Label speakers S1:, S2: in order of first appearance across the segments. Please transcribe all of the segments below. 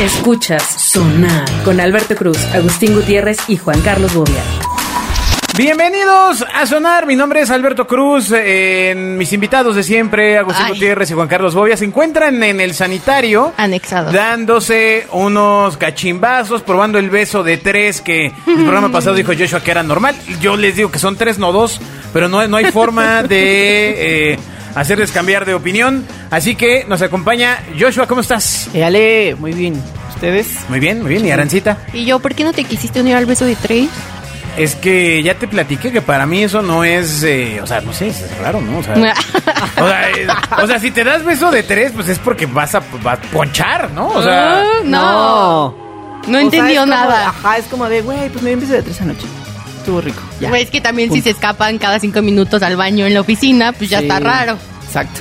S1: Escuchas Sonar con Alberto Cruz, Agustín Gutiérrez y Juan Carlos Bobia.
S2: Bienvenidos a Sonar, mi nombre es Alberto Cruz, eh, mis invitados de siempre, Agustín
S3: Ay.
S2: Gutiérrez y Juan Carlos Bobia, se encuentran en el sanitario
S3: Anexado.
S2: dándose unos cachimbazos, probando el beso de tres que el programa pasado dijo Joshua que era normal, yo les digo que son tres, no dos, pero no, no hay forma de eh, hacerles cambiar de opinión, así que nos acompaña Joshua, ¿cómo estás?
S4: Dale, Eh, muy bien. ¿Ustedes?
S2: Muy bien, muy bien, y Arancita.
S3: Y yo, ¿por qué no te quisiste unir al beso de tres?
S2: Es que ya te platiqué que para mí eso no es, eh, o sea, no sé, es raro, ¿no? O sea, o sea, eh, o sea, si te das beso de tres, pues es porque vas a, vas a ponchar, ¿no? O sea,
S3: Ah, no. No
S4: O sea,
S3: entendió
S4: es como- ah,
S3: nada.
S4: Ajá, es como de, güey, pues me empecé de tres anoche. Estuvo rico. Ya.
S3: Güey, es que también si
S4: Punto.
S3: se escapan cada cinco minutos al baño en la oficina, pues ya
S4: Sí.
S3: está raro.
S4: Exacto.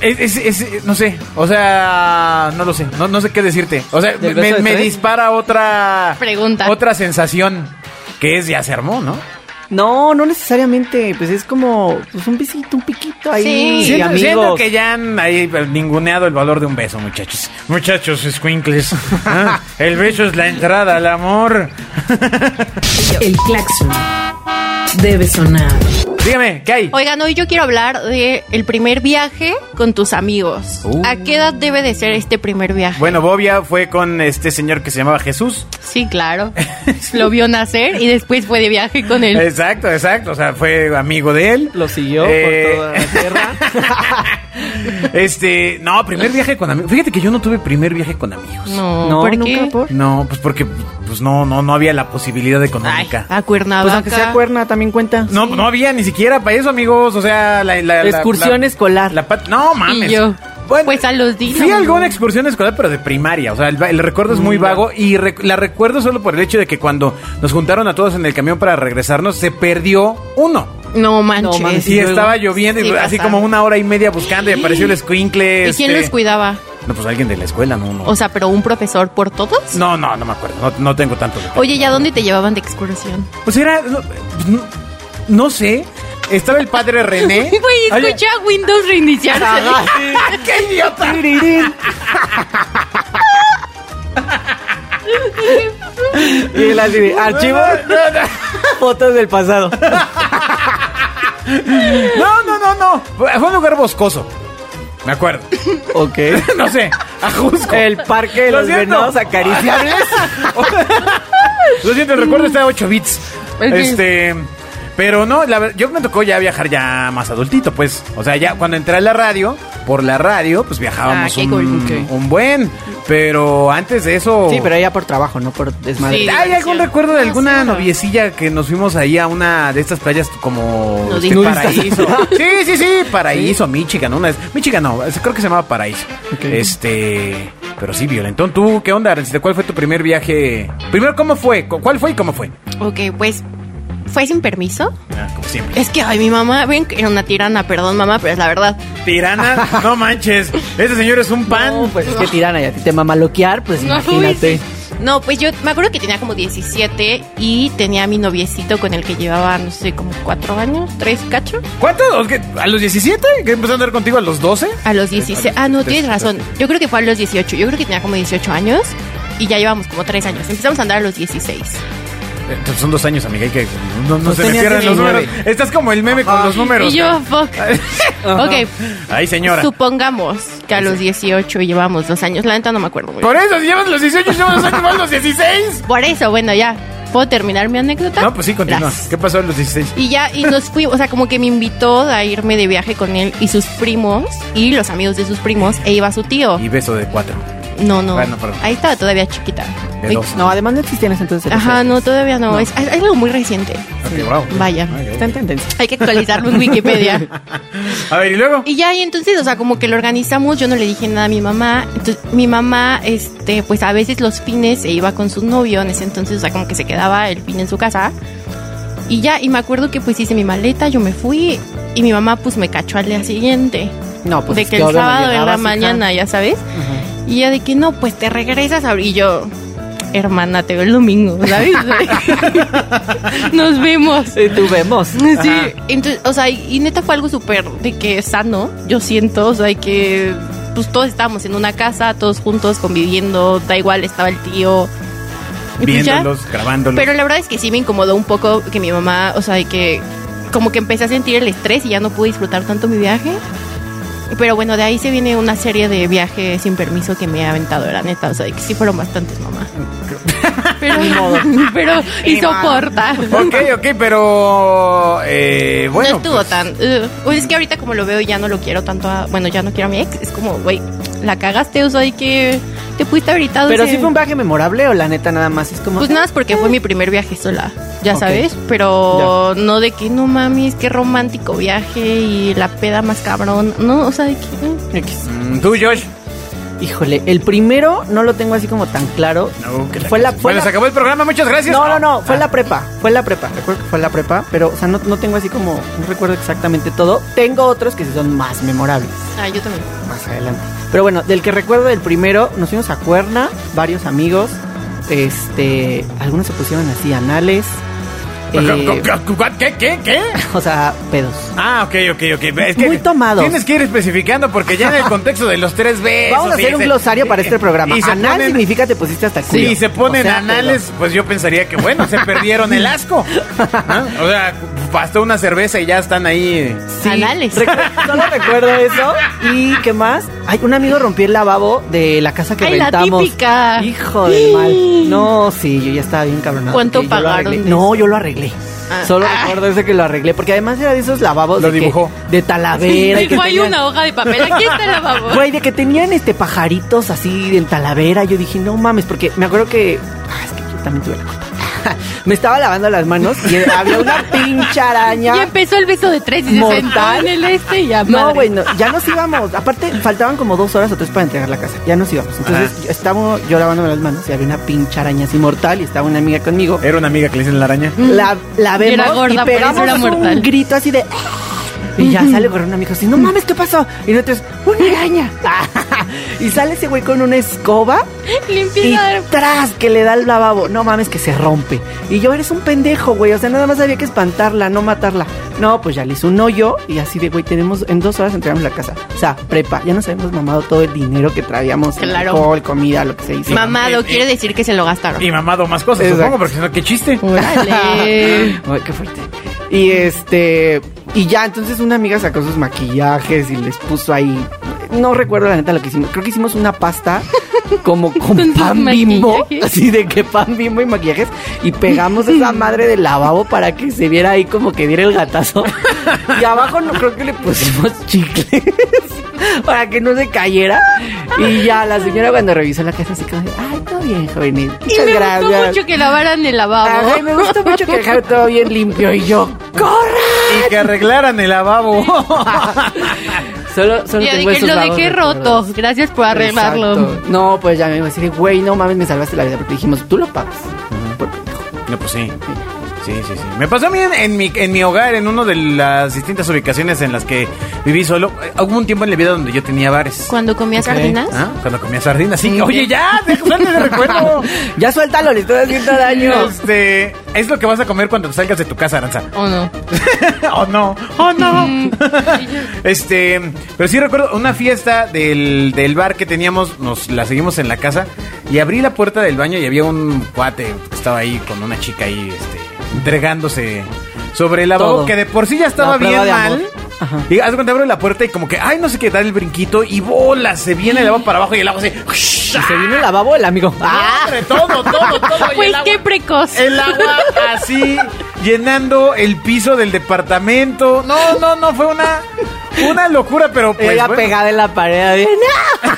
S2: es, es- es- no sé, o sea, no lo sé, no, no sé qué decirte. O sea, me,
S4: ¿Del beso de
S2: me
S4: tres?
S2: dispara otra
S3: Pregunta.
S2: otra sensación que es ya se armó, ¿no?
S4: No, no necesariamente. Pues es como pues un besito, un piquito ahí.
S3: Sí.
S2: Siento,
S4: amigos.
S2: siento que ya han ahí ninguneado el valor de un beso, muchachos. Muchachos, escuincles. Ah, El beso es la entrada al amor.
S1: El claxon debe sonar.
S2: Dígame, ¿qué hay?
S3: Oigan, hoy yo quiero hablar de el primer viaje con tus amigos.
S2: Uh.
S3: ¿A qué edad debe de ser este primer viaje?
S2: Bueno, Bobia fue con este señor que se llamaba Jesús.
S3: Sí, claro. Lo vio nacer y después fue de viaje con él.
S2: Exacto, exacto. O sea, fue amigo de él.
S4: Lo siguió
S2: Eh,
S4: por toda la tierra.
S2: Este, no, primer viaje con amigos. Fíjate que yo no tuve primer viaje con amigos.
S3: No,
S4: no,
S3: ¿por
S4: nunca
S3: qué?
S4: por.
S2: No, pues porque pues no, no, no había la posibilidad
S3: Ay,
S2: económica.
S3: a Cuernavaca.
S4: Pues aunque sea cuerna, también cuenta.
S2: No, no había ni siquiera para eso, amigos. O sea, la, la- la-
S4: Excursión
S2: la-
S4: escolar.
S2: la pat- no mames.
S3: Y yo,
S2: Bueno,
S3: pues a los días.
S2: Fui a alguna excursión escolar, pero de primaria. O sea, el, va- el recuerdo es muy
S3: Mm,
S2: vago y rec- la recuerdo solo por el hecho de que cuando nos juntaron a todos en el camión para regresarnos, se perdió uno.
S3: No manches.
S4: No mames,
S2: Y estaba lloviendo y
S3: Sí,
S2: así
S3: pasa.
S2: como una hora y media buscando y apareció el escuincle.
S3: ¿Y quién
S2: este-
S3: los cuidaba?
S2: No, pues alguien de la escuela, no, no.
S3: O sea, pero un profesor por todos.
S2: no, no, no me acuerdo. No, no tengo tanto. detalle.
S3: Oye, ¿ya dónde te llevaban de excursión?
S2: Pues era. No, no- no sé. Estaba el padre René.
S3: Güey,
S2: Oye,
S3: escuché a Windows reiniciarse.
S2: ¡Qué idiota!
S4: Tirirín. y él así de archivos, fotos del pasado.
S2: No, no, no, no. Fue un lugar boscoso. Me acuerdo.
S4: Ok.
S2: No sé. Ajusco.
S4: El parque de
S2: Lo
S4: los
S2: siento.
S4: venados acariciables.
S2: Lo siento, el recuerdo está a 8 bits.
S3: Ok.
S2: Este. Pero no, la, ver- yo me tocó ya viajar ya más adultito, pues. O sea, ya cuando entré a la radio, por la radio, pues viajábamos
S3: Ah, qué
S2: un,
S3: cool.
S4: Ok.
S2: un buen. Pero antes de eso.
S4: Sí, pero ya por trabajo, no por desmadre.
S3: Sí.
S2: ¿Hay algún
S3: diversión.
S2: recuerdo de
S3: Ah,
S2: alguna
S3: sí.
S2: noviecilla que nos fuimos ahí a una de estas playas como
S3: Nudistas.
S2: este,
S3: Nudistas.
S2: paraíso? sí, sí, sí, paraíso, Michigan, una vez. Michigan no, es- creo que se llamaba paraíso.
S4: Ok.
S2: Este, pero sí, violentón. ¿Tú qué onda, Arencita? ¿Cuál fue tu primer viaje? Primero, ¿cómo fue? ¿Cu- ¿Cuál fue y cómo fue?
S3: Ok, pues. ¿Fue sin permiso?
S2: Ah, como siempre.
S3: Es que, ay, mi mamá, ven, que era una tirana, perdón, mamá, pero es la verdad.
S2: Tirana, no manches. Ese señor es un pan.
S4: No, pues es que tirana y a ti te mamaloquear, pues imagínate.
S3: uy, sí. No, pues yo me acuerdo que tenía como 17 y tenía a mi noviecito con el que llevaba, no sé, como 4 años, 3 cacho.
S2: ¿Cuánto? ¿O qué? ¿A los 17? ¿Que empezó a andar contigo a los 12?
S3: A los 16. Ah, no, tienes razón. Yo creo que fue a los 18. Yo creo que tenía como 18 años y ya llevamos como 3 años. Empezamos a andar a los 16.
S2: Entonces Eh, son dos años, amiga, hay que no, no
S4: Pues
S2: se me
S4: tenía
S2: pierdan los
S4: 19.
S2: números. Estás como el meme con los números.
S3: Y yo, fuck. ok,
S2: Ay, señora.
S3: supongamos que a los 18 llevamos dos años. La neta no me acuerdo
S4: Pues,
S3: muy bien.
S2: Por eso, si llevas los 18, llevas los años más los 16.
S3: Por eso, bueno, ya. ¿Puedo terminar mi anécdota?
S2: No, pues sí, continúa.
S3: Gracias.
S2: ¿Qué pasó en los 16?
S3: Y ya, y nos fuimos, o sea, como que me invitó a irme de viaje con él y sus primos y los amigos de sus primos, e iba su tío.
S2: Y beso de 4.
S3: No, no.
S2: Bueno, perdón.
S3: Ahí estaba todavía chiquita.
S2: De 2.
S4: No, además no existían ese entonces. pues,
S3: Ajá, no, todavía no. Es, es algo muy reciente.
S2: wow.
S3: Vaya.
S2: Ay, ay.
S4: Está en tendencia.
S3: Hay que actualizarlo en Wikipedia.
S2: A ver, ¿y luego?
S3: Y ya, y entonces, o sea, como que lo organizamos, yo no le dije nada a mi mamá. Entonces, mi mamá, este, pues a veces los fines se iba con su novio en ese entonces, o sea, como que se quedaba el fin en su casa. Y ya, y me acuerdo que pues hice mi maleta, yo me fui y mi mamá pues me cachó al día siguiente.
S4: No, pues
S3: de
S4: es
S3: que el
S4: obvio no
S3: sábado en la
S4: llegabas, hija.
S3: mañana, ya sabes. Y ella de que no, pues te regresas a... Y yo, hermana, te veo el domingo, ¿sabes? Nos vemos.
S4: Sí, tú vemos.
S3: Sí, entonces, o sea, y, y neta fue algo súper de que sano, yo siento, o sea, de que pues todos estábamos en una casa, todos juntos conviviendo, da igual, estaba el tío. y pues ya.
S2: Viéndolos, grabándolos.
S3: Pero la verdad es que sí me incomodó un poco que mi mamá, o sea, de que como que empecé a sentir el estrés y ya no pude disfrutar tanto mi viaje. Pero bueno, de ahí se viene una serie de viajes sin permiso que me he aventado, la neta. O sea, de que sí fueron bastantes, mamá. Pero, pero insoporta.
S2: Ok, ok, pero. eh, bueno.
S3: no estuvo
S2: pues,
S3: tan. uh, uy, es que ahorita como lo veo y ya no lo quiero tanto a. Bueno, ya no quiero a mi ex. Es como, güey, la cagaste, o sea, de que te pudiste ahorita.
S4: Pero sí fue un Eh. viaje memorable o la neta nada más es como.
S3: Pues nada, es porque fue mi primer viaje sola, ya
S4: Ok.
S3: sabes, pero no de que no mames, qué romántico viaje y la peda más cabrón, no, o sea, de que... mm.
S4: X.
S2: mm, Tú, Josh.
S4: Híjole, el primero no lo tengo así como tan claro.
S2: No, que
S4: fue la, fue
S2: Bueno,
S4: la-
S2: se acabó el programa, muchas gracias.
S4: No, no, no, fue
S2: Ah,
S4: la prepa, fue la prepa, recuerdo que fue la prepa, pero, o sea, no, no tengo así como, no recuerdo exactamente todo. Tengo otros que sí son más memorables,
S3: Ah, yo también.
S4: más adelante. Pero bueno, del que recuerdo del primero, nos fuimos a Cuerna, varios amigos, este, algunos se pusieron así anales,
S2: Ah,
S4: eh,
S2: ¿Qué, qué, qué?
S4: o sea, pedos.
S2: Ah, ok, ok, ok. Es que
S4: Muy tomados.
S2: Tienes que ir especificando porque ya en el contexto de los tres besos.
S4: Vamos a hacer
S2: y
S4: un
S2: se-
S4: glosario para este programa.
S2: y se
S4: Anal
S2: ponen-
S4: significa te pusiste hasta el culo.
S2: Sí, y se ponen
S4: O sea,
S2: anales, pues yo pensaría que bueno, se perdieron el asco. ¿Ah? O sea, bastó una cerveza y ya están ahí.
S4: Sí,
S3: Anales.
S4: recu- Solo recuerdo eso. ¿Y qué más? Ay, un amigo rompió el lavabo de la casa que
S3: Ay, la
S4: rentamos.
S3: típica.
S4: Hijo del mal. No, sí, yo ya estaba bien cabronado.
S3: ¿Cuánto
S4: porque yo lo
S3: pagaron
S4: arreglé.
S3: de
S4: No, yo lo arreglé.
S3: Ah.
S4: Solo
S3: Ah.
S4: recuerdo ese que lo arreglé. Porque además era de esos lavabos
S2: Lo
S4: de, que-
S2: dibujó.
S4: de Talavera. y que
S3: Dijo, hay
S4: tenían-
S3: una hoja de papel, aquí está la babón.
S4: Güey, de que tenían este pajaritos así en Talavera. Yo dije, no mames, porque me acuerdo que. Ah, es que yo también tuve la culpa. me estaba lavando las manos y había una pinche araña.
S3: Y empezó el beso de tres y se
S4: Mortal.
S3: sentó en el este y ya,
S4: No,
S3: madre.
S4: güey, no, ya nos íbamos. Aparte, faltaban como dos horas o tres para entregar la casa. Ya nos íbamos. Entonces,
S2: Ajá.
S4: yo- estaba yo lavándome las manos y había una pinche araña así mortal y estaba una amiga conmigo.
S2: Era una amiga que le dicen la araña.
S4: La, la
S3: Y era
S4: vemos
S3: gorda,
S4: y
S3: por eso
S4: pegamos
S3: era mortal.
S4: un grito así de... Y ya sale corriendo un amigo así, no mames, ¿qué pasó? Y nosotros, una araña. y sale ese güey con una escoba
S3: Le
S4: y
S3: empieza a dar...
S4: tras que le da el lavabo. No mames que se rompe. Y yo eres un pendejo, güey. O sea, nada más había que espantarla, no matarla. No, pues ya le hizo un hoyo y así de, güey, tenemos en dos horas entregamos la casa. O sea, prepa. Ya nos habíamos mamado todo el dinero que traíamos. en
S3: Claro.
S4: Alcohol, comida, lo que se hizo.
S3: Mamado,
S2: Eh,
S3: quiere
S2: eh.
S3: decir que se lo gastaron.
S2: Y mamado más cosas,
S4: Exacto.
S2: supongo, porque si no, qué chiste.
S3: Órale.
S4: Ay, qué fuerte. Y este. Y ya, entonces una amiga sacó sus maquillajes y les puso ahí. No recuerdo la neta lo que hicimos. Creo que hicimos una pasta como con
S3: Con sus
S4: pan bimbo.
S3: maquillajes.
S4: Así de que pan bimbo y maquillajes. Y pegamos esa madre del lavabo para que se viera ahí como que diera el gatazo. Y abajo no creo que le pusimos chicles para que no se cayera. Y ya la señora cuando revisó la casa así como de, ay, todo bien, jóvenes.
S3: Y
S4: Muchas
S3: me
S4: gracias.
S3: gustó mucho que lavaran el lavabo.
S4: Ay, me gusta mucho que dejar todo bien limpio y yo corra.
S2: Y que arreglaran el lavabo.
S4: Solo, solo
S3: Y
S4: tengo
S3: de que
S4: esos
S3: lo
S4: vagos
S3: dejé
S4: recuerdos.
S3: roto. Gracias por arreglarlo.
S4: Exacto. No, pues ya me iba a decir, güey, no mames, me salvaste la vida porque dijimos, tú lo pagas. Por pendejo.
S2: No, pues sí. Sí, sí, sí. Me pasó a mí en, en mi, en mi hogar, en una de las distintas ubicaciones en las que viví solo. Eh, Hubo un tiempo en la vida donde yo tenía bares.
S3: Cuando comías
S4: Ok.
S3: sardinas.
S2: ¿Ah? Cuando comía sardinas. Sí, oye, ya, déjame de recuerdo.
S4: ya suéltalo, le estoy haciendo daño.
S2: Este, es lo que vas a comer cuando te salgas de tu casa, Aranza.
S3: ¿O no?
S2: oh no, oh no. este, pero sí recuerdo una fiesta del, del bar que teníamos, nos la seguimos en la casa y abrí la puerta del baño y había un cuate que estaba ahí con una chica ahí, este, entregándose sobre el lavabo
S4: Todo.
S2: que de por sí ya estaba
S4: La prueba
S2: bien
S4: de amor.
S2: mal.
S4: Ajá.
S2: Y haz de cuenta, abro la puerta y como que, ay, no sé qué, dar el brinquito y bola, se viene el lavabo para abajo y el agua así.
S4: Y se vino el lavabo el amigo.
S2: ¡Ah! Todo, todo, todo. y
S3: Pues
S2: el agua-
S3: qué precoz.
S2: el agua así llenando el piso del departamento. No, no, no, fue una una locura, pero pues
S4: Ella
S2: bueno.
S4: pegada en la pared. así, ¡no!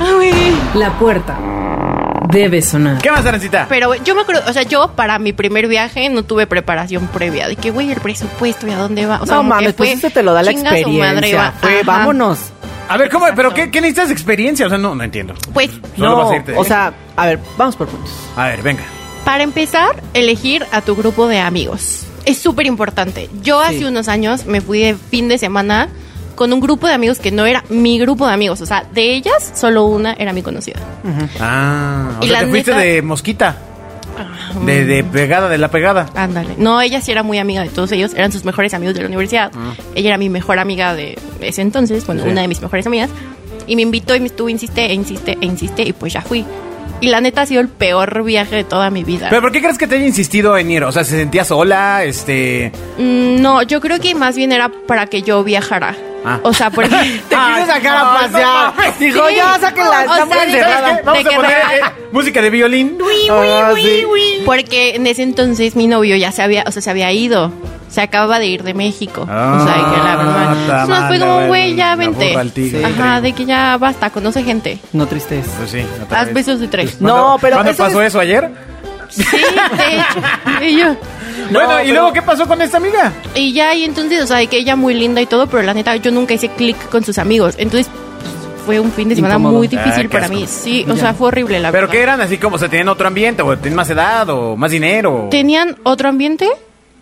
S3: Ay.
S1: La puerta debe sonar.
S2: ¿Qué más, Arancita?
S3: Pero yo me acuerdo, o sea, yo para mi primer viaje no tuve preparación previa de que, güey, el presupuesto y a dónde va. O sea,
S4: no
S3: como que
S4: mames, pues
S3: fue,
S4: eso te lo da la
S3: chinga su
S4: experiencia.
S3: madre, va.
S4: Fue,
S3: Ajá.
S4: vámonos.
S2: A ver, ¿cómo? ¿Pero qué, qué necesitas de experiencia? O sea, no, no entiendo.
S3: Pues
S2: Solo vas a irte ¿eh? de-
S4: o sea, a ver, vamos por puntos.
S2: A ver, venga.
S3: Para empezar, elegir a tu grupo de amigos. Es súper importante. Yo hace unos años me fui de fin de semana con un grupo de amigos que no era mi grupo de amigos. O sea, de ellas, solo una era mi conocida.
S2: Ah, o
S3: Y
S2: sea,
S3: la
S2: te fuiste
S3: neta-
S2: de mosquita.
S3: Ah,
S2: de, de pegada, de la pegada.
S3: Ándale. No, ella sí era muy amiga de todos ellos, eran sus mejores amigos de la universidad. Ella era mi mejor amiga de ese entonces, bueno,
S2: Ah. Sí.
S3: una de mis mejores amigas. Y me invitó y me estuvo, insiste, e insiste, e insiste, y pues ya fui. Y la neta ha sido el peor viaje de toda mi vida.
S2: ¿Pero por qué crees que te haya insistido en ir? O sea, ¿se sentía sola? Este...
S3: Mm, no, yo creo que más bien era para que yo viajara.
S2: Ah.
S3: O sea, porque...
S4: Te quiero sacar
S2: no,
S4: a pasear.
S2: no mames.
S4: Dijo,
S3: Sí.
S4: ya, sáquenla,
S3: O
S4: estamos
S3: sea, de-
S4: encerradas.
S3: de-
S2: Vamos a
S3: que
S2: poner
S3: me-
S2: eh, música de violín.
S4: Ah, sí.
S3: Porque en ese entonces mi novio ya se había, o sea, se había ido. Se acababa de ir de México. o sea, que la
S2: Ah,
S3: verdad.
S2: ta
S3: Entonces nos fue
S2: madre,
S3: como, güey,
S2: güey,
S3: ya
S2: la
S3: vente.
S2: burra al tigre,
S4: Sí.
S2: el
S3: Ajá,
S2: trigo.
S3: de que ya basta, conoce gente.
S4: No tristeza.
S2: Pues sí, otra
S3: Haz
S2: vez.
S3: besos de tres.
S4: No,
S2: ¿Cuándo-
S4: pero
S2: ¿Cuándo
S4: eso
S2: pasó
S4: es-
S2: eso ayer?
S3: Sí, de hecho. Y yo.
S4: No,
S2: bueno, ¿y
S4: pero-
S2: luego qué pasó con esta amiga?
S3: Y ya, y entonces, o sea, de que ella muy linda y todo, pero la neta, yo nunca hice clic con sus amigos. Entonces, pues, fue un fin de semana
S4: Incómodo.
S3: muy difícil
S2: Ah, qué
S3: para
S2: asco.
S3: mí. Sí, o
S4: Ya.
S3: sea, fue horrible la
S2: ¿Pero
S3: verdad.
S2: qué eran así como? ¿Se tenían otro ambiente? ¿O tenían más edad? ¿O más dinero?
S3: tenían otro ambiente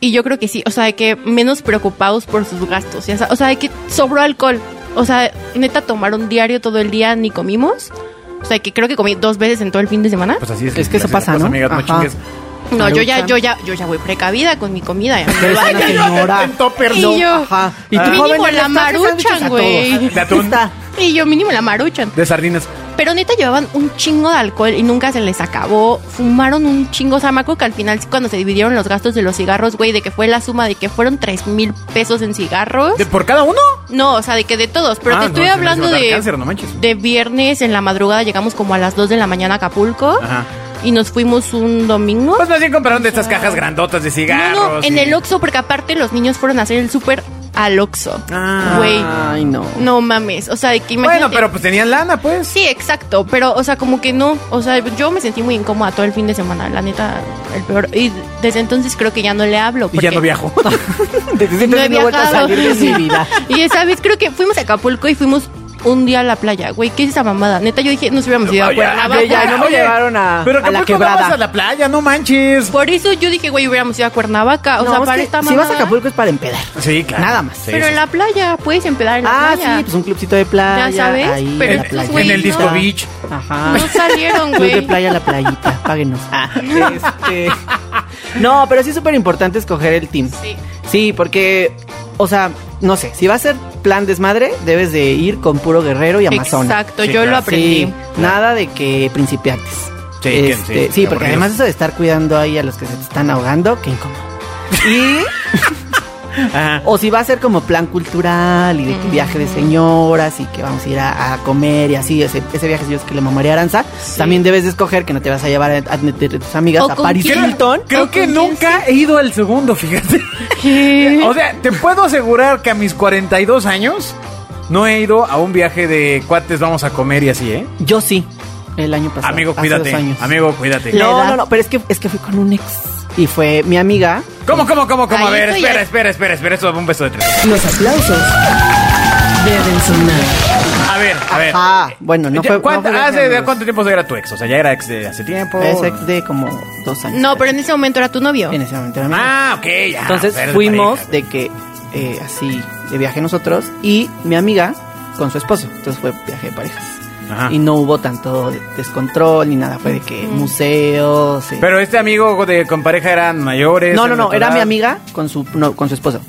S3: y yo creo que sí, o sea, de que menos preocupados por sus gastos, ya sa- o sea, de que sobró alcohol, o sea, neta tomaron diario todo el día, ni comimos, o sea, que creo que comí dos veces en todo el fin de semana.
S2: Pues así es.
S4: Es que eso
S2: así la
S4: pasa,
S2: cosa,
S4: ¿no?
S2: Amiga, no
S4: Ajá.
S2: chingues.
S3: no, yo ya,
S4: Maruchan.
S3: yo ya, yo ya voy precavida con mi comida. ya.
S4: Eres una
S2: Ay, yo
S4: señora.
S2: en topper,
S3: Y
S2: no.
S3: yo,
S4: Ajá. Y tú,
S3: mínimo
S4: joven,
S3: la
S4: les haces sándwiches
S3: maruchan,
S4: a
S3: güey.
S4: todos.
S2: De atún.
S4: Está.
S3: Y yo mínimo la maruchan.
S2: De sardinas.
S3: Pero neta llevaban un chingo de alcohol y nunca se les acabó. Fumaron un chingo. O sea, me acuerdo que al final sí, cuando se dividieron los gastos de los cigarros, güey, de que fue la suma de que fueron tres mil pesos en cigarros.
S2: ¿De por cada uno?
S3: No, o sea, de que de todos. Pero
S2: Ah,
S3: te
S2: no,
S3: estoy
S2: se me hace
S3: hablando
S2: matar
S3: de,
S2: cáncer, no manches.
S3: de viernes en la madrugada. Llegamos como a las 2 de la mañana a Acapulco.
S2: Ajá.
S3: Y nos fuimos un domingo.
S2: Pues más bien compraron de estas cajas grandotas de cigarros.
S3: no, no, en
S2: y-
S3: el Oxxo, porque aparte los niños fueron a hacer el súper al Oxxo.
S2: Ah.
S3: Güey,
S4: Ay, no.
S3: no mames. O sea, de que imagínate.
S2: Bueno, pero pues tenían lana, pues.
S3: Sí, exacto, pero, o sea, como que no, o sea, yo me sentí muy incómoda todo el fin de semana, la neta, el peor. Y desde entonces creo que ya no le hablo.
S2: Y ya
S3: porque
S2: no viajo.
S4: Desde
S3: No he
S4: entonces no he vuelto a
S3: viajado.
S4: salir de mi vida.
S3: y esa vez creo que fuimos a Acapulco y fuimos un día a la playa, güey, ¿qué es esa mamada? Neta, yo dije, nos hubiéramos ido a
S2: Oye,
S3: Cuernavaca.
S4: ya, ya, no me
S2: oye,
S4: llevaron a-
S2: Pero
S4: a la
S2: Acapulco no
S4: quebrada.
S2: vas a la playa, no manches.
S3: Por eso yo dije, güey, hubiéramos ido a Cuernavaca, o
S4: No,
S3: sea,
S4: es
S3: para
S4: que
S3: esta
S4: Si
S3: mamada.
S4: vas a Acapulco es para empedar.
S2: Sí, claro.
S4: Nada más.
S2: Sí,
S3: pero
S2: sí,
S3: en la playa, puedes empedar en la
S4: Ah,
S3: playa.
S4: sí, pues un clubcito de playa.
S3: Ya sabes,
S4: ahí,
S3: pero
S4: en la
S3: estos
S4: playa.
S2: En
S3: güey,
S2: el
S3: no.
S2: Disco Beach.
S4: Ajá.
S3: No salieron,
S4: Club de
S3: güey.
S4: playa a la playita, páguenos. Ah, este. No, pero sí es súper importante escoger el team.
S3: Sí.
S4: Sí, porque, o sea, no sé, si va a ser plan desmadre, debes de ir con puro guerrero y amazona.
S3: Exacto,
S2: Sí,
S3: yo lo
S2: claro.
S3: aprendí.
S4: Sí, nada de que principiantes.
S2: Sí, que- sí,
S4: Este, sí,
S2: que
S4: porque
S2: aburridos.
S4: además eso de estar cuidando ahí a los que se te están ahogando, qué incómodo. Y,
S2: Ajá.
S4: o si va a ser como plan cultural y de que viaje de señoras y que vamos a ir a, a comer y así, ese, ese viaje si yo es que le mamaría a Aranza, también debes de escoger que no te vas a llevar a, a- de tus amigas
S3: O
S4: a
S3: con
S4: Paris
S3: quién.
S4: Hilton.
S2: Creo
S3: ¿O
S2: que
S3: con quién
S2: nunca he ido al segundo, fíjate.
S3: ¿Qué?
S2: O sea, te puedo asegurar que a mis 42 años no he ido a un viaje de cuates, vamos a comer y así, ¿eh?
S4: Yo sí, el año pasado.
S2: Amigo,
S4: hace
S2: cuídate.
S4: dos años.
S2: Amigo, cuídate.
S3: La
S4: No,
S3: edad.
S4: no, no, pero es que, es que fui con un ex y fue mi amiga.
S2: ¿Cómo, cómo, cómo, cómo? A
S3: Ay,
S2: ver,
S3: eso ya
S2: espera,
S3: es-
S2: espera, espera, espera. Eso un beso de tres.
S1: Los aplausos deben sonar.
S2: A ver, a ver.
S4: Ajá, bueno, no
S2: Eh, Ya,
S4: fue. no
S2: ¿cuánto- Ah,
S4: fue
S2: hace-
S4: de amigos.
S2: ¿Cuánto tiempo era tu ex? O sea, ya era ex de hace tiempo.
S4: Es ex de como dos años.
S3: No, pero en ese momento era tu novio.
S4: En ese momento era mi amiga.
S2: Ah, ok, ya.
S4: Entonces
S2: Eres
S4: fuimos
S2: pareja,
S4: de que eh, así de viaje nosotros y mi amiga con su esposo. Entonces fue viaje de parejas.
S2: Ajá.
S4: Y no hubo tanto de- descontrol ni nada. Fue de que museos. eh.
S2: Pero este amigo de, con pareja eran mayores.
S4: no, no,
S2: eran de
S4: no.
S2: tu
S4: Era
S2: edad.
S4: mi amiga con su, no, con su esposo.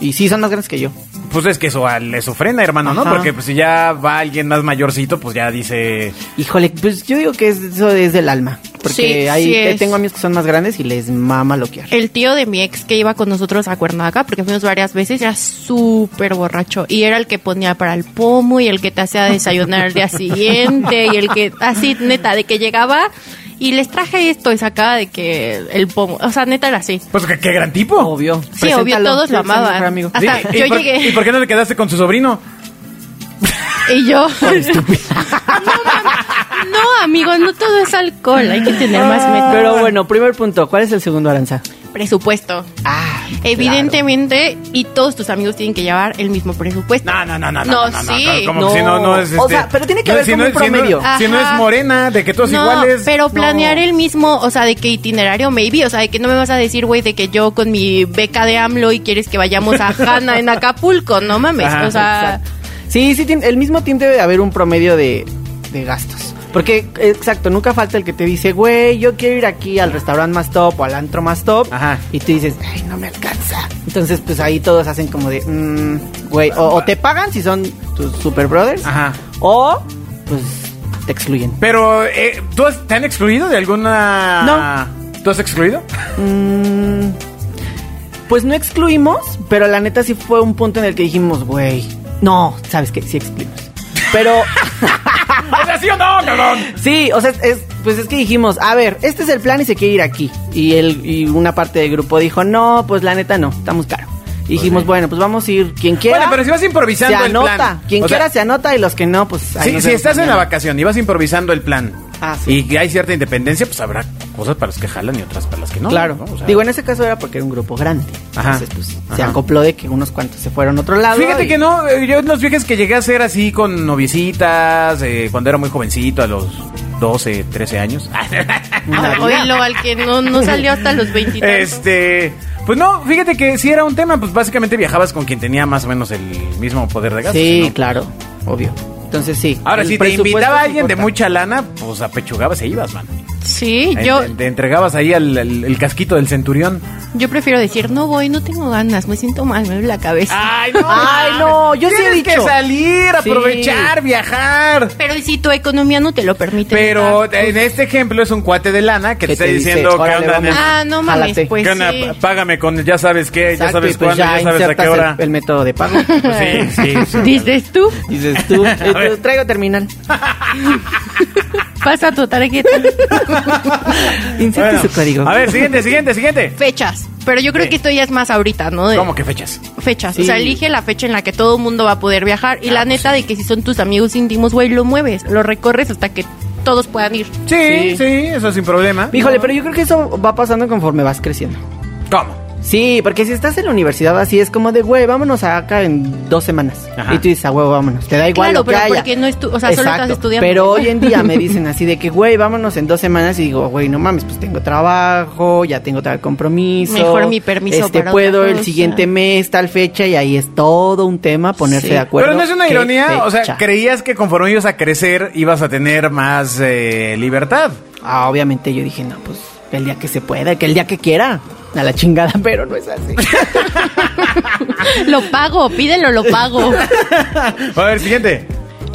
S4: Y sí, son más grandes que yo.
S2: Pues es que eso ah, le sufrena, hermano, ¿no?
S4: Ajá.
S2: Porque pues, si ya va alguien más mayorcito, pues ya dice.
S4: Híjole, pues yo digo que es- eso es del alma. Porque
S3: Sí,
S4: hay,
S3: sí es.
S4: tengo amigos que son más grandes y les mama loquear.
S3: El tío de mi ex que iba con nosotros a Cuernavaca, porque fuimos varias veces, era súper borracho. Y era el que ponía para el pomo y el que te hacía desayunar al día siguiente. Y el que, así, neta, de que llegaba y les traje esto y sacaba de que el pomo. O sea, neta era así.
S2: Pues qué, qué gran tipo.
S4: Obvio.
S3: Sí, obvio,
S4: Preséntalo.
S3: todos lo
S4: Sí, es mi mejor
S3: amaban.
S4: amigo.
S3: Ah, Hasta yo
S2: por,
S3: llegué.
S2: ¿Y por qué no te quedaste con su sobrino?
S3: Y yo. No, mam- no, amigo, no todo es alcohol. Hay que tener más
S2: Ah.
S3: metas.
S4: Pero bueno, primer punto. ¿Cuál es el segundo, Aranza?
S3: presupuesto.
S4: Ah,
S3: Evidentemente, y todos tus amigos tienen que llevar el mismo presupuesto.
S2: No, no, no, no. No,
S3: No,
S2: no,
S3: sí.
S2: no, como
S4: No.
S2: si no, no es.
S4: O sea, pero tiene que haber como un
S2: es- Si no,
S4: promedio.
S2: si no es
S3: Ajá.
S2: morena, de que todos
S3: no,
S2: iguales.
S3: pero planear
S4: no.
S3: el mismo, o sea, de qué itinerario, maybe, o sea, de que no me vas a decir, güey, de que yo con mi beca de AMLO y quieres que vayamos a Hanna en Acapulco, no mames,
S2: Ajá,
S3: o sea,
S4: Exacto. Sí, sí, tiene- el mismo team debe de haber un promedio de, de gastos. Porque, exacto, nunca falta el que te dice, güey, yo quiero ir aquí al restaurante más top o al antro más top.
S2: Ajá.
S4: Y tú dices, ay, no me alcanza. Entonces, pues ahí todos hacen como de, mm, güey, o, o te pagan si son tus super brothers.
S2: Ajá.
S4: O, pues, te excluyen.
S2: Pero, eh, ¿tú has- te han excluido de alguna... No. ¿Tú has excluido?
S4: Mm, pues no excluimos, pero la neta sí fue un punto en el que dijimos, güey, no, ¿sabes qué? Sí excluimos. Pero...
S2: ¿O sea, sí o no, cabrón?
S4: Sí, o sea, es, pues es que dijimos, a ver, este es el plan y se quiere ir aquí. Y él y una parte del grupo dijo, no, pues la neta no, estamos caro. Y dijimos, bueno, pues vamos a ir quien quiera.
S2: Bueno, pero si vas improvisando
S4: se
S2: el
S4: anota.
S2: plan.
S4: Quien
S2: O sea,
S4: quiera se anota y los que no, pues ahí
S2: Sí,
S4: nos
S2: si
S4: vemos
S2: estás en la
S4: mañana.
S2: vacación y vas improvisando el plan
S4: Ah, sí.
S2: y hay cierta independencia, pues habrá cosas para las que jalan y otras para las que no.
S4: claro.
S2: ¿no? O sea,
S4: Digo, en ese caso era porque era un grupo grande.
S2: Ajá.
S4: Entonces, pues se
S2: Ajá.
S4: acopló de que unos cuantos se fueron a otro lado.
S2: Fíjate
S4: y-
S2: que no, eh, yo en los viajes que llegué a hacer así con noviecitas, eh, cuando era muy jovencito, a los 12, 13 años.
S3: Ah, Oílo, al que no, no salió hasta los 23.
S2: este, pues no, fíjate que sí era un tema, pues básicamente viajabas con quien tenía más o menos el mismo poder de gasto.
S4: Sí,
S2: si no-
S4: claro, obvio. Entonces sí.
S2: Ahora,
S4: el
S2: si te
S4: presupuesto
S2: invitaba
S4: sí
S2: alguien de
S4: importa.
S2: mucha lana, pues apechugabas e ibas, man.
S3: Sí,
S2: Ahí
S3: yo,
S2: Te, te entregabas ahí al- al- el casquito del centurión.
S3: yo prefiero decir, no voy, no tengo ganas, me siento mal, me duele la cabeza.
S2: Ay, no.
S4: Ay, no, yo sí he
S2: Tienes que
S4: dicho.
S2: salir,
S4: Sí.
S2: aprovechar, viajar.
S3: Pero ¿y si tu economía no te lo permite. Ah.
S2: Pero
S3: ¿verdad?
S2: en este ejemplo es un cuate de lana que te
S4: Que
S2: está
S4: te dice,
S2: diciendo que
S4: "Órale,
S2: onda,
S4: vamos".
S2: nena,
S3: Ah, no mames,
S4: Jálate.
S3: pues
S2: ¿qué onda?
S3: sí.
S2: P- págame con ya sabes qué, ya
S4: Exacto,
S2: sabes
S4: y pues,
S2: cuándo, ya, sabes a
S4: insertas
S2: qué
S4: el-
S2: hora.
S4: El, método de pago.
S2: Pues sí, sí, sí.
S3: Dices tú,
S4: Dices tú, eh, traigo terminal.
S3: pasa tu tarjeta.
S4: Inserte
S2: Bueno,
S4: su código.
S2: A ver, siguiente, siguiente, siguiente.
S3: Fechas. Pero yo creo que esto ya es más ahorita, ¿no? De-
S2: ¿Cómo que fechas?
S3: Fechas.
S4: Sí.
S3: O sea, elige la fecha en la que todo el mundo va a poder viajar. Y
S2: Ah,
S3: la
S2: pues
S3: neta de que si son tus amigos íntimos, güey, lo mueves, lo recorres hasta que todos puedan ir.
S2: Sí, sí,
S4: Sí.
S2: eso sin problema.
S4: Híjole, pero yo creo que eso va pasando conforme vas creciendo.
S2: ¿Cómo?
S4: Sí, porque si estás en la universidad así es como de, güey, vámonos acá en dos semanas.
S2: Ajá.
S4: Y tú dices, a huevo, vámonos. Te da igual
S3: Claro,
S4: lo que
S3: pero
S4: haya.
S3: porque no estu- o sea, solo estás estudiando.
S4: Pero hoy en día me dicen así de que, güey, vámonos en dos semanas. Y digo, güey, no mames, pues tengo trabajo, ya tengo tal compromiso.
S3: Mejor mi permiso
S4: Este,
S3: para otra
S4: puedo el
S3: cosa.
S4: siguiente mes, tal fecha. Y ahí es todo un tema ponerse
S3: Sí.
S4: de acuerdo.
S2: pero no es una
S4: qué
S2: ironía, o sea,
S4: fecha.
S2: creías que conforme ibas a crecer ibas a tener más eh, libertad.
S4: Ah, obviamente yo dije, no, pues el día que se pueda, que el día que quiera. A la chingada, pero no es así.
S2: Ah.
S3: Lo pago, pídelo, lo pago.
S2: A ver, siguiente.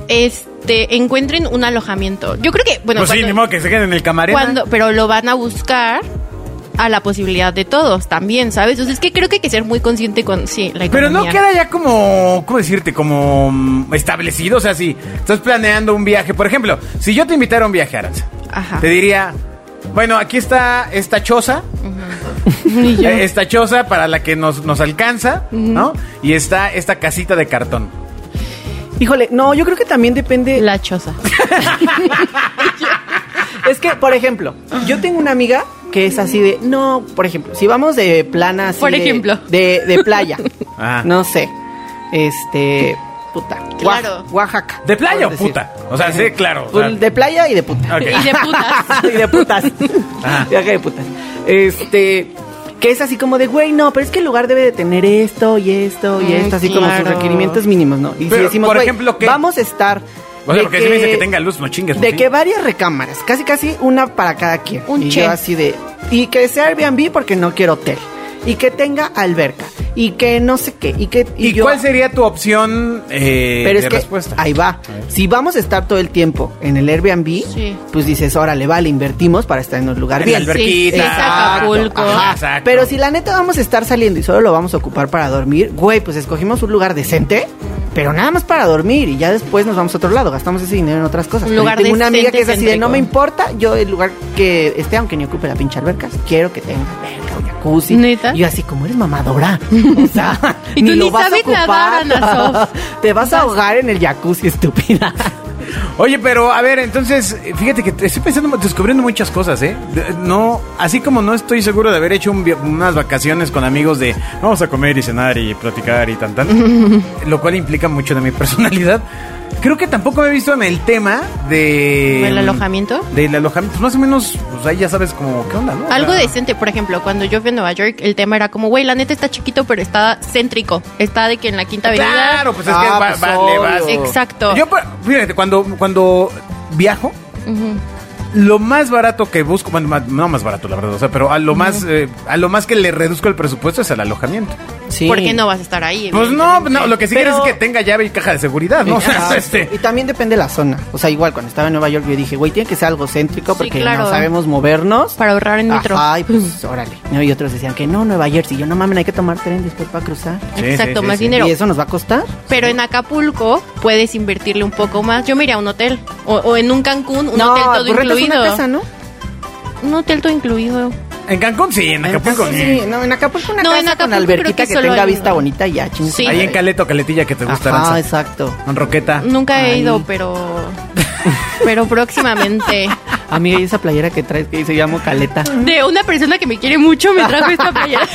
S3: Este, encuentren un alojamiento. Yo creo que, bueno,
S2: pues sí,
S3: cuando-
S2: ni modo que se queden en el camarero.
S3: cuando- pero lo van a buscar a la posibilidad de todos también, ¿sabes? Entonces es que creo que hay que ser muy consciente con sí, la
S2: Pero no
S3: economía.
S2: queda ya como, ¿cómo decirte? Como mm, establecido. O sea, si estás planeando un viaje, por ejemplo, si yo te invitara a un viaje, Aranza,
S3: Ajá.
S2: te diría, bueno, aquí está esta choza,
S3: Y yo,
S2: eh, esta choza para la que nos, nos alcanza, ¿no? Y está esta casita de cartón.
S4: Híjole, no, yo creo que también depende.
S3: la choza.
S4: Es que, por ejemplo, yo tengo una amiga que es así de, no, por ejemplo, si vamos de plana así
S3: Por
S4: de-
S3: ejemplo.
S4: De, de playa,
S2: Ajá.
S4: no sé, este, puta, Oax-
S3: Claro.
S4: Oaxaca.
S2: ¿De playa
S4: por
S2: o
S4: decir.
S2: puta? O sea, sí, claro. o sea,
S4: Pues, De playa y de puta.
S2: Ok. Ah.
S3: Y de putas.
S4: y de putas.
S2: Ajá.
S4: Viaje de putas. Este. Que es así como de, güey, no, pero es que el lugar debe de tener esto y esto y
S3: Mm,
S4: esto, así como sus
S3: claro.
S4: requerimientos mínimos, ¿no? Y
S2: Pero,
S4: si decimos,
S2: por
S4: güey,
S2: ejemplo, ¿qué?
S4: vamos a estar.
S2: O sea,
S4: de
S2: porque si me dice que tenga luz, no chingues.
S4: De
S2: pues,
S4: que
S2: sí.
S4: varias recámaras, casi casi una para cada quien.
S3: Un
S4: y
S3: che.
S4: yo así de. Y que sea Airbnb porque no quiero hotel. Y que tenga alberca. Y que no sé qué. Y que.
S2: ¿Y
S4: yo-
S2: cuál sería tu opción eh,
S4: pero
S2: de
S4: es que
S2: respuesta?
S4: ahí va. Si vamos a estar todo el tiempo en el Airbnb,
S3: Sí.
S4: pues dices, órale, vale, invertimos para estar en un lugar
S2: En
S4: bien.
S2: la alberquita.
S3: Sí, sí, es Acapulco.
S2: Ajá,
S4: Ajá.
S2: exacto.
S4: Pero si la neta vamos a estar saliendo y solo lo vamos a ocupar para dormir, güey, pues escogimos un lugar decente, pero nada más para dormir y ya después nos vamos a otro lado, gastamos ese dinero en otras cosas.
S3: Un
S4: Pero yo
S3: lugar
S4: tengo una amiga
S3: decente,
S4: que es así de no
S3: céntrico.
S4: me importa, yo el lugar que esté, aunque ni ocupe la pinche alberca, quiero que tenga alberca, un jacuzzi.
S3: ¿Neta?
S4: Y yo así como eres mamadora. O sea,
S3: Y tú ni sabes nadar, Ana
S4: Te vas a ahogar en el jacuzzi, estúpida.
S2: Oye, pero a ver, entonces, fíjate que te- estoy pensando, descubriendo muchas cosas, ¿eh? De- No, así como no estoy seguro de haber hecho un via- unas vacaciones con amigos de vamos a comer y cenar y platicar y tan tan, lo cual implica mucho de mi personalidad. Creo que tampoco me he visto en el tema de. mm,
S3: ¿Del alojamiento?
S2: Del alojamiento. Más o menos, pues ahí ya sabes como, ¿qué onda, no? O sea,
S3: Algo decente, por ejemplo, cuando yo fui a Nueva York, el tema era como, güey, la neta está chiquito, pero está céntrico. Está de que en la quinta avenida.
S2: Claro, pues es
S4: Ah,
S2: que va-
S4: pues,
S2: va- le vas.
S4: obvio.
S3: Exacto.
S2: Yo, pero, fíjate, cuando, cuando viajo, Lo más barato que busco, bueno, más- no más barato, la verdad, o sea, pero a lo más eh, a lo más que le reduzco el presupuesto es al alojamiento.
S4: Sí.
S3: ¿Por qué no vas a estar ahí?
S2: Pues no, no, lo que sí quieres
S4: Pero-
S2: es que tenga llave y caja de seguridad, ¿no? O sea,
S4: Exacto.
S2: este,
S4: Y también depende de la zona. O sea, igual cuando estaba en Nueva York yo dije, güey, tiene que ser algo céntrico
S3: Sí,
S4: porque
S3: claro.
S4: no sabemos movernos.
S3: Para ahorrar en metro.
S4: Ajá, y pues órale. No, y otros decían que no, Nueva Jersey. Yo no mames, hay que tomar tren después para cruzar.
S2: Sí, sí,
S3: Exacto,
S2: sí,
S3: más
S2: sí.
S3: dinero.
S4: ¿Y eso nos va a costar?
S3: Pero en Acapulco puedes invertirle un poco más. Yo me iría a un hotel. O, o en un Cancún, un hotel todo
S4: pues rentas
S3: incluido.
S4: una casa, ¿no?
S3: Un hotel todo incluido.
S2: en Cancún sí, en Acapulco
S4: Entonces,
S2: sí.
S4: sí, no, en Acapulco una
S3: No,
S4: casa
S3: en
S4: con
S3: Acapulco creo
S4: alberquita
S3: que
S4: que,
S3: solo
S4: tenga
S3: hay-
S4: vista bonita y ya, chingues.
S3: Sí.
S2: Ahí en Caleto, Caletilla que te gusta,
S4: Ajá,
S2: Aranza.
S4: exacto.
S2: En Roqueta.
S3: Nunca he
S4: Ay.
S3: ido, pero. Pero próximamente.
S4: Amiga, y esa playera que traes que dice llamo caleta.
S3: De una persona que me quiere mucho me trajo esta playera.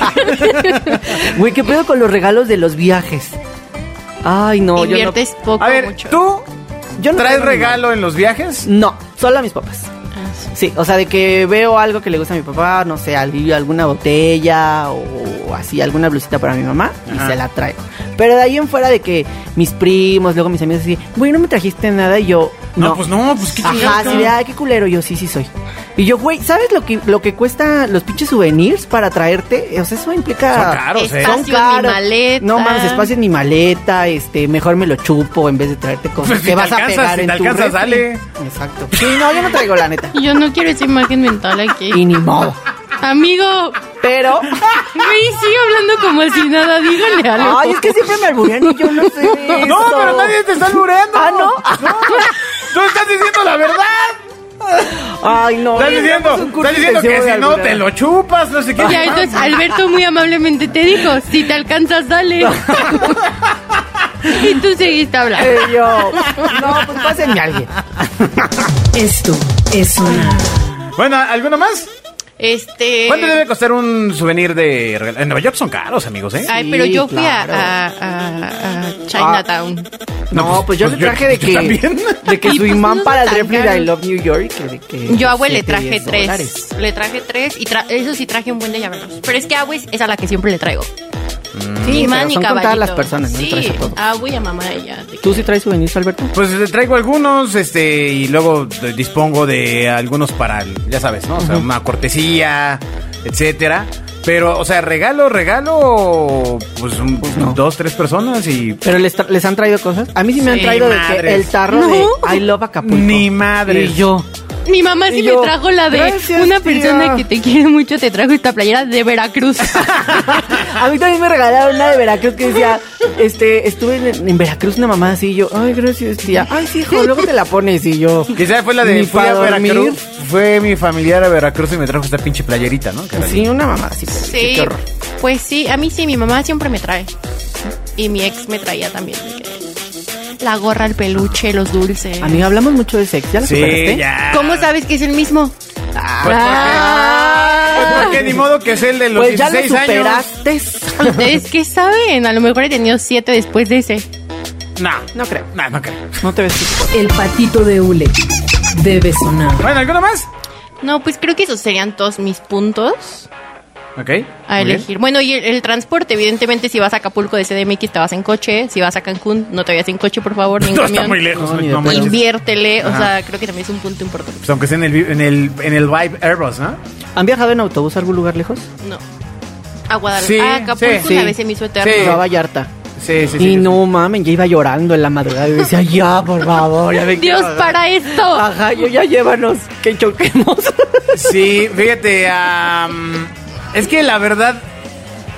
S4: Güey, ¿qué pedo con los regalos de los viajes? Ay, no, yo no.
S3: Inviertes poco
S2: A ver,
S3: mucho.
S2: ¿tú
S4: Yo no
S2: traes
S4: traigo regalo.
S2: regalo en los viajes?
S4: No, solo a mis papás.
S3: Ah, sí.
S4: Sí, o sea, de que veo algo que le gusta a mi papá, no sé, al- alguna botella o así, alguna blusita para mi mamá y
S2: Ajá.
S4: se la traigo. Pero de ahí en fuera de que mis primos, luego mis amigos así, güey, no me trajiste nada y yo...
S2: No, pues no, pues qué
S4: Ajá,
S2: chingados,
S4: así
S2: ¿no?
S4: de, ay, qué culero, yo sí, sí soy. Y yo, güey, ¿sabes lo que, lo que cuesta los pinches souvenirs para traerte? O sea, eso implica...
S2: Son caros, ¿eh?
S3: Espacio en mi maleta.
S4: No mames, espacio en mi maleta, este, mejor me lo chupo en vez de traerte cosas
S2: Pues, si
S4: que
S2: te
S4: vas
S2: alcanzas,
S4: a pegar
S2: si
S4: en
S2: te
S4: tu
S2: alcanzas,
S4: refri.
S2: dale.
S4: Exacto. Sí, no, yo no traigo la neta.
S3: Yo no quiero esa imagen mental aquí.
S4: Y ni modo.
S3: Amigo,
S4: Pero,
S3: güey, sigue hablando como si nada. Dígale algo.
S4: ay, es que siempre me alburean y yo no sé.
S2: pues. No,
S4: esto.
S2: pero nadie te está albureando.
S4: Ah, ¿no?
S2: Tú estás diciendo la verdad.
S4: Ay, no.
S2: Estás diciendo,
S4: Es un curso
S2: estás diciendo que
S4: intensivo de
S2: si no
S4: alburear.
S2: te lo chupas, no sé qué.
S3: Ya, entonces Alberto muy amablemente te dijo, si te alcanzas, dale. y tú seguiste hablando.
S4: Eh, yo, no, pues pásenme a alguien.
S1: Esto es sonar.
S2: Bueno, ¿alguna más?
S3: Este...
S2: ¿Cuánto debe costar un souvenir de regalo? En Nueva York son caros, amigos, ¿eh?
S3: Ay,
S4: Sí,
S3: pero yo fui a-
S4: claro.
S3: a, a- a Chinatown.
S4: No, pues, yo le traje de que.
S2: también.
S4: De que
S3: Y
S4: su
S3: pues
S4: imán
S3: no
S4: para el
S3: está tan
S4: refri
S3: caro.
S4: de I Love New York. que de que
S3: Yo a Abue le
S4: siete,
S3: traje
S4: diez
S3: tres.
S4: dólares.
S3: Le traje tres y tra- eso sí traje un buen de llaveros. Pero es que Abue es a la que siempre le traigo.
S4: Mm, Sí,
S3: Ni más
S4: pero
S3: ni
S4: son
S3: caballito.
S4: contadas las personas, no le traes
S3: Sí,
S4: a todos.
S3: Abue y a mamá ella.
S4: ¿Tú sí traes souvenirs, Alberto?
S2: Pues eh, traigo algunos, este, y luego eh, dispongo de algunos para, el- ya sabes, ¿no? O sea, una cortesía, etcétera. Pero, o sea, regalo, regalo, pues, un-
S4: no.
S2: dos, tres personas y...
S4: ¿Pero les, tra- les han traído cosas? A mí sí me han
S2: Sí,
S4: traído de
S2: madres.
S4: que el tarro
S3: No.
S4: de I Love Acapulco.
S2: Ni madres.
S4: Y yo.
S3: Mi mamá sí
S4: Y yo,
S3: me trajo la de
S4: "Gracias,
S3: una
S4: tía".
S3: persona que te quiere mucho, te trajo esta playera de Veracruz.
S4: A mí también me regalaron una de Veracruz que decía, este, estuve en, en Veracruz una mamá así y yo, ay, gracias, tía. Ay, sí, hijo, luego te la pones y yo.
S2: Quizá fue la de
S4: ni
S2: fui
S4: pa'
S2: a
S4: dormir.
S2: Veracruz. Fue mi familiar a Veracruz y me trajo esta pinche playerita, ¿no? Que la-
S4: Sí, una mamá así. pero
S3: Sí,
S4: qué horror.
S3: pues sí, a mí sí, mi mamá siempre me trae. Y mi ex me traía también. de que La gorra, el peluche, los dulces.
S4: Amiga, hablamos mucho de sexo. ¿Ya la
S2: Sí,
S4: superaste?
S2: ya.
S3: ¿Cómo sabes que es el mismo?
S2: Pues porque, pues porque ni modo que es el de los
S4: Pues ya lo
S2: 16 años.
S4: superaste.
S3: ¿Ustedes qué saben? A lo mejor he tenido siete después de ese.
S2: No,
S4: No creo.
S2: no, no creo.
S4: No te ves.
S1: El patito de hule debe sonar.
S2: Bueno, ¿alguno más?
S3: No, pues creo que esos serían todos mis puntos
S2: Ok.
S3: a
S2: muy bien.
S3: elegir. Bueno, y el, el transporte, evidentemente, si vas a Acapulco de CDMX te vas en coche. Si vas a Cancún, no te vayas en coche, por favor, ni en
S2: No, está
S3: camión.
S2: muy lejos.
S4: No,
S2: No,
S4: ni de
S2: no
S4: pedo.
S2: manches.
S3: Inviértele, o
S2: Ajá.
S3: sea, creo que también es un punto importante.
S2: Pues aunque sea en el, vi- en el, en el Vibe Airbus, ¿no?
S4: ¿Han viajado en autobús a algún lugar lejos?
S3: No. A Guadalajara.
S2: Sí,
S3: a Acapulco
S2: sí,
S3: una
S2: sí.
S3: vez se me hizo
S2: Sí.
S3: eterno.
S4: Yo a Vallarta.
S2: Sí, sí, sí.
S4: y
S2: sí.
S4: no mamen, ya iba llorando en la madrugada. Y decía, ya, por favor, ya me
S3: Dios,
S4: quiero-
S3: para esto.
S4: Ajá, yo ya llévanos, que choquemos.
S2: Sí, fíjate, am, es que la verdad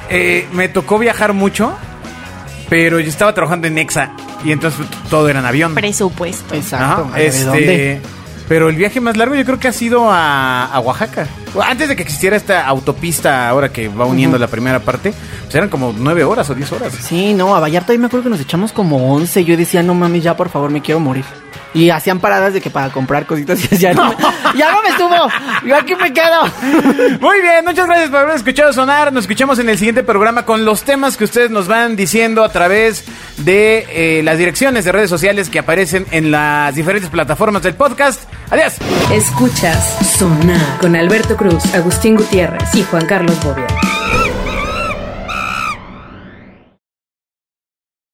S2: eh, me tocó viajar mucho, pero yo estaba trabajando en Nexa y entonces todo era en avión.
S3: Presupuesto.
S4: Exacto.
S2: Ajá,
S4: madre, ¿de dónde?
S2: este, pero el viaje más largo yo creo que ha sido a, a Oaxaca. Antes de que existiera esta autopista ahora que va uniendo la primera parte, pues eran como nueve horas o diez horas.
S4: Sí, no, a Vallarta ahí me acuerdo que nos echamos como 11. Yo decía, no mames, ya por favor, me quiero morir. Y hacían paradas de que para comprar cositas y ya no me, ya no me subo. Yo aquí me quedo.
S2: Muy bien, muchas gracias por haber escuchado sonar. Nos escuchamos en el siguiente programa con los temas que ustedes nos van diciendo a través de eh, las direcciones de redes sociales que aparecen en las diferentes plataformas del podcast. Adiós.
S1: Escuchas Sonar con Alberto Cruz, Agustín Gutiérrez y Juan Carlos Bobia.